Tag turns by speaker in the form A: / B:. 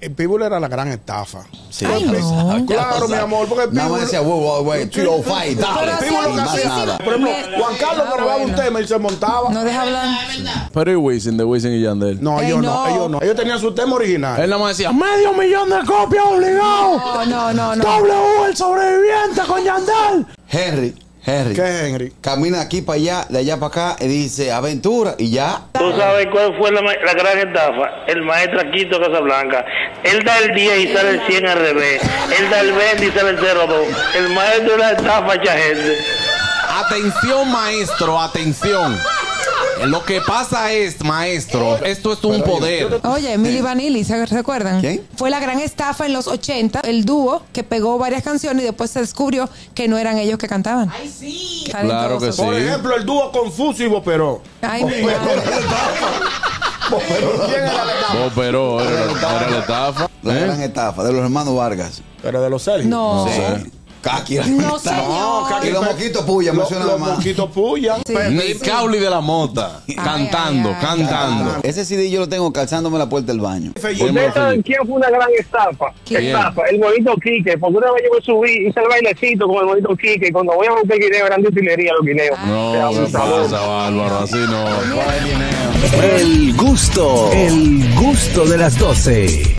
A: el Pitbull era la gran estafa.
B: Sí,
C: Ay,
B: ya
C: no.
B: pasaba, ya
A: Claro,
B: pasaba.
A: mi amor, porque el
B: Nada
A: Pitbull-
B: más decía, wow, wow,
A: Pues,
B: wow, 205, dale.
C: así
A: Pitbull lo que
B: Y
C: es
B: más
A: hacía,
C: difícil.
B: nada.
A: Por ejemplo, Juan Carlos
C: Ah,
A: grababa un
C: bueno.
A: tema y se montaba.
C: No
A: No,
C: deja hablar.
D: Pero y Wisin, de Wisin y Yandel.
C: Ey,
A: ellos no.
C: no.
A: ellos no. Ellos tenían su tema original.
D: Él nada más decía, medio millón de copias obligado.
C: No, no, no, no.
D: W, el sobreviviente con Yandel.
B: Henry, Henry.
A: ¿Qué, Henry?
B: Camina de aquí para allá, de allá para acá, y dice aventura, y ya.
E: ¿Tú sabes cuál fue la, ma- la gran estafa? El maestro Aquito Casablanca. Él da el 10 y sale el 100 al revés. Él da el 20 y sale el 02. El maestro de la estafa, mucha gente.
F: Atención, maestro, atención. Lo que pasa es, maestro, esto es un poder.
C: Oye, Milly Vanilli, ¿se se acuerdan?
B: ¿Quién?
C: Fue la gran estafa en los 80, el dúo que pegó varias canciones y después se descubrió que no eran ellos que cantaban. ¡Ay, sí!
D: Claro que sí.
A: Por ejemplo, el dúo Confuso y Boperó.
C: ¡Ay, mi madre.
A: ¿Quién era la estafa?
D: Oh, pero era, era la estafa.
B: La
D: ¿eh?
B: gran estafa de los hermanos Vargas.
A: Era de los Sergio.
C: No.
B: Sí. Kaki, la gran
C: No,
B: estafa.
C: señor.
B: Y los moquitos puya,
A: Los,
B: menciona
A: los
B: más.
A: moquitos puyan.
C: Sí.
A: Pepe.
F: Ni Cauli de la Mota, cantando,
C: ay, ay.
F: cantando.
B: Ese CD yo lo tengo calzándome la puerta del baño.
A: Fellito.
D: Dímelo,
G: ¿Ustedes saben
D: Felipe.
G: quién fue una gran estafa?
C: ¿Quién?
G: Estafa, el bonito Quique, porque una vez yo me subí, hice el bailecito con el bonito Quique, y cuando voy a montar guineo, eran de utilería los guineos.
D: No,
G: Era
D: ¿qué
G: un sabor.
D: pasa, Bárbaro? Así no.
H: El gusto, el gusto de las 12.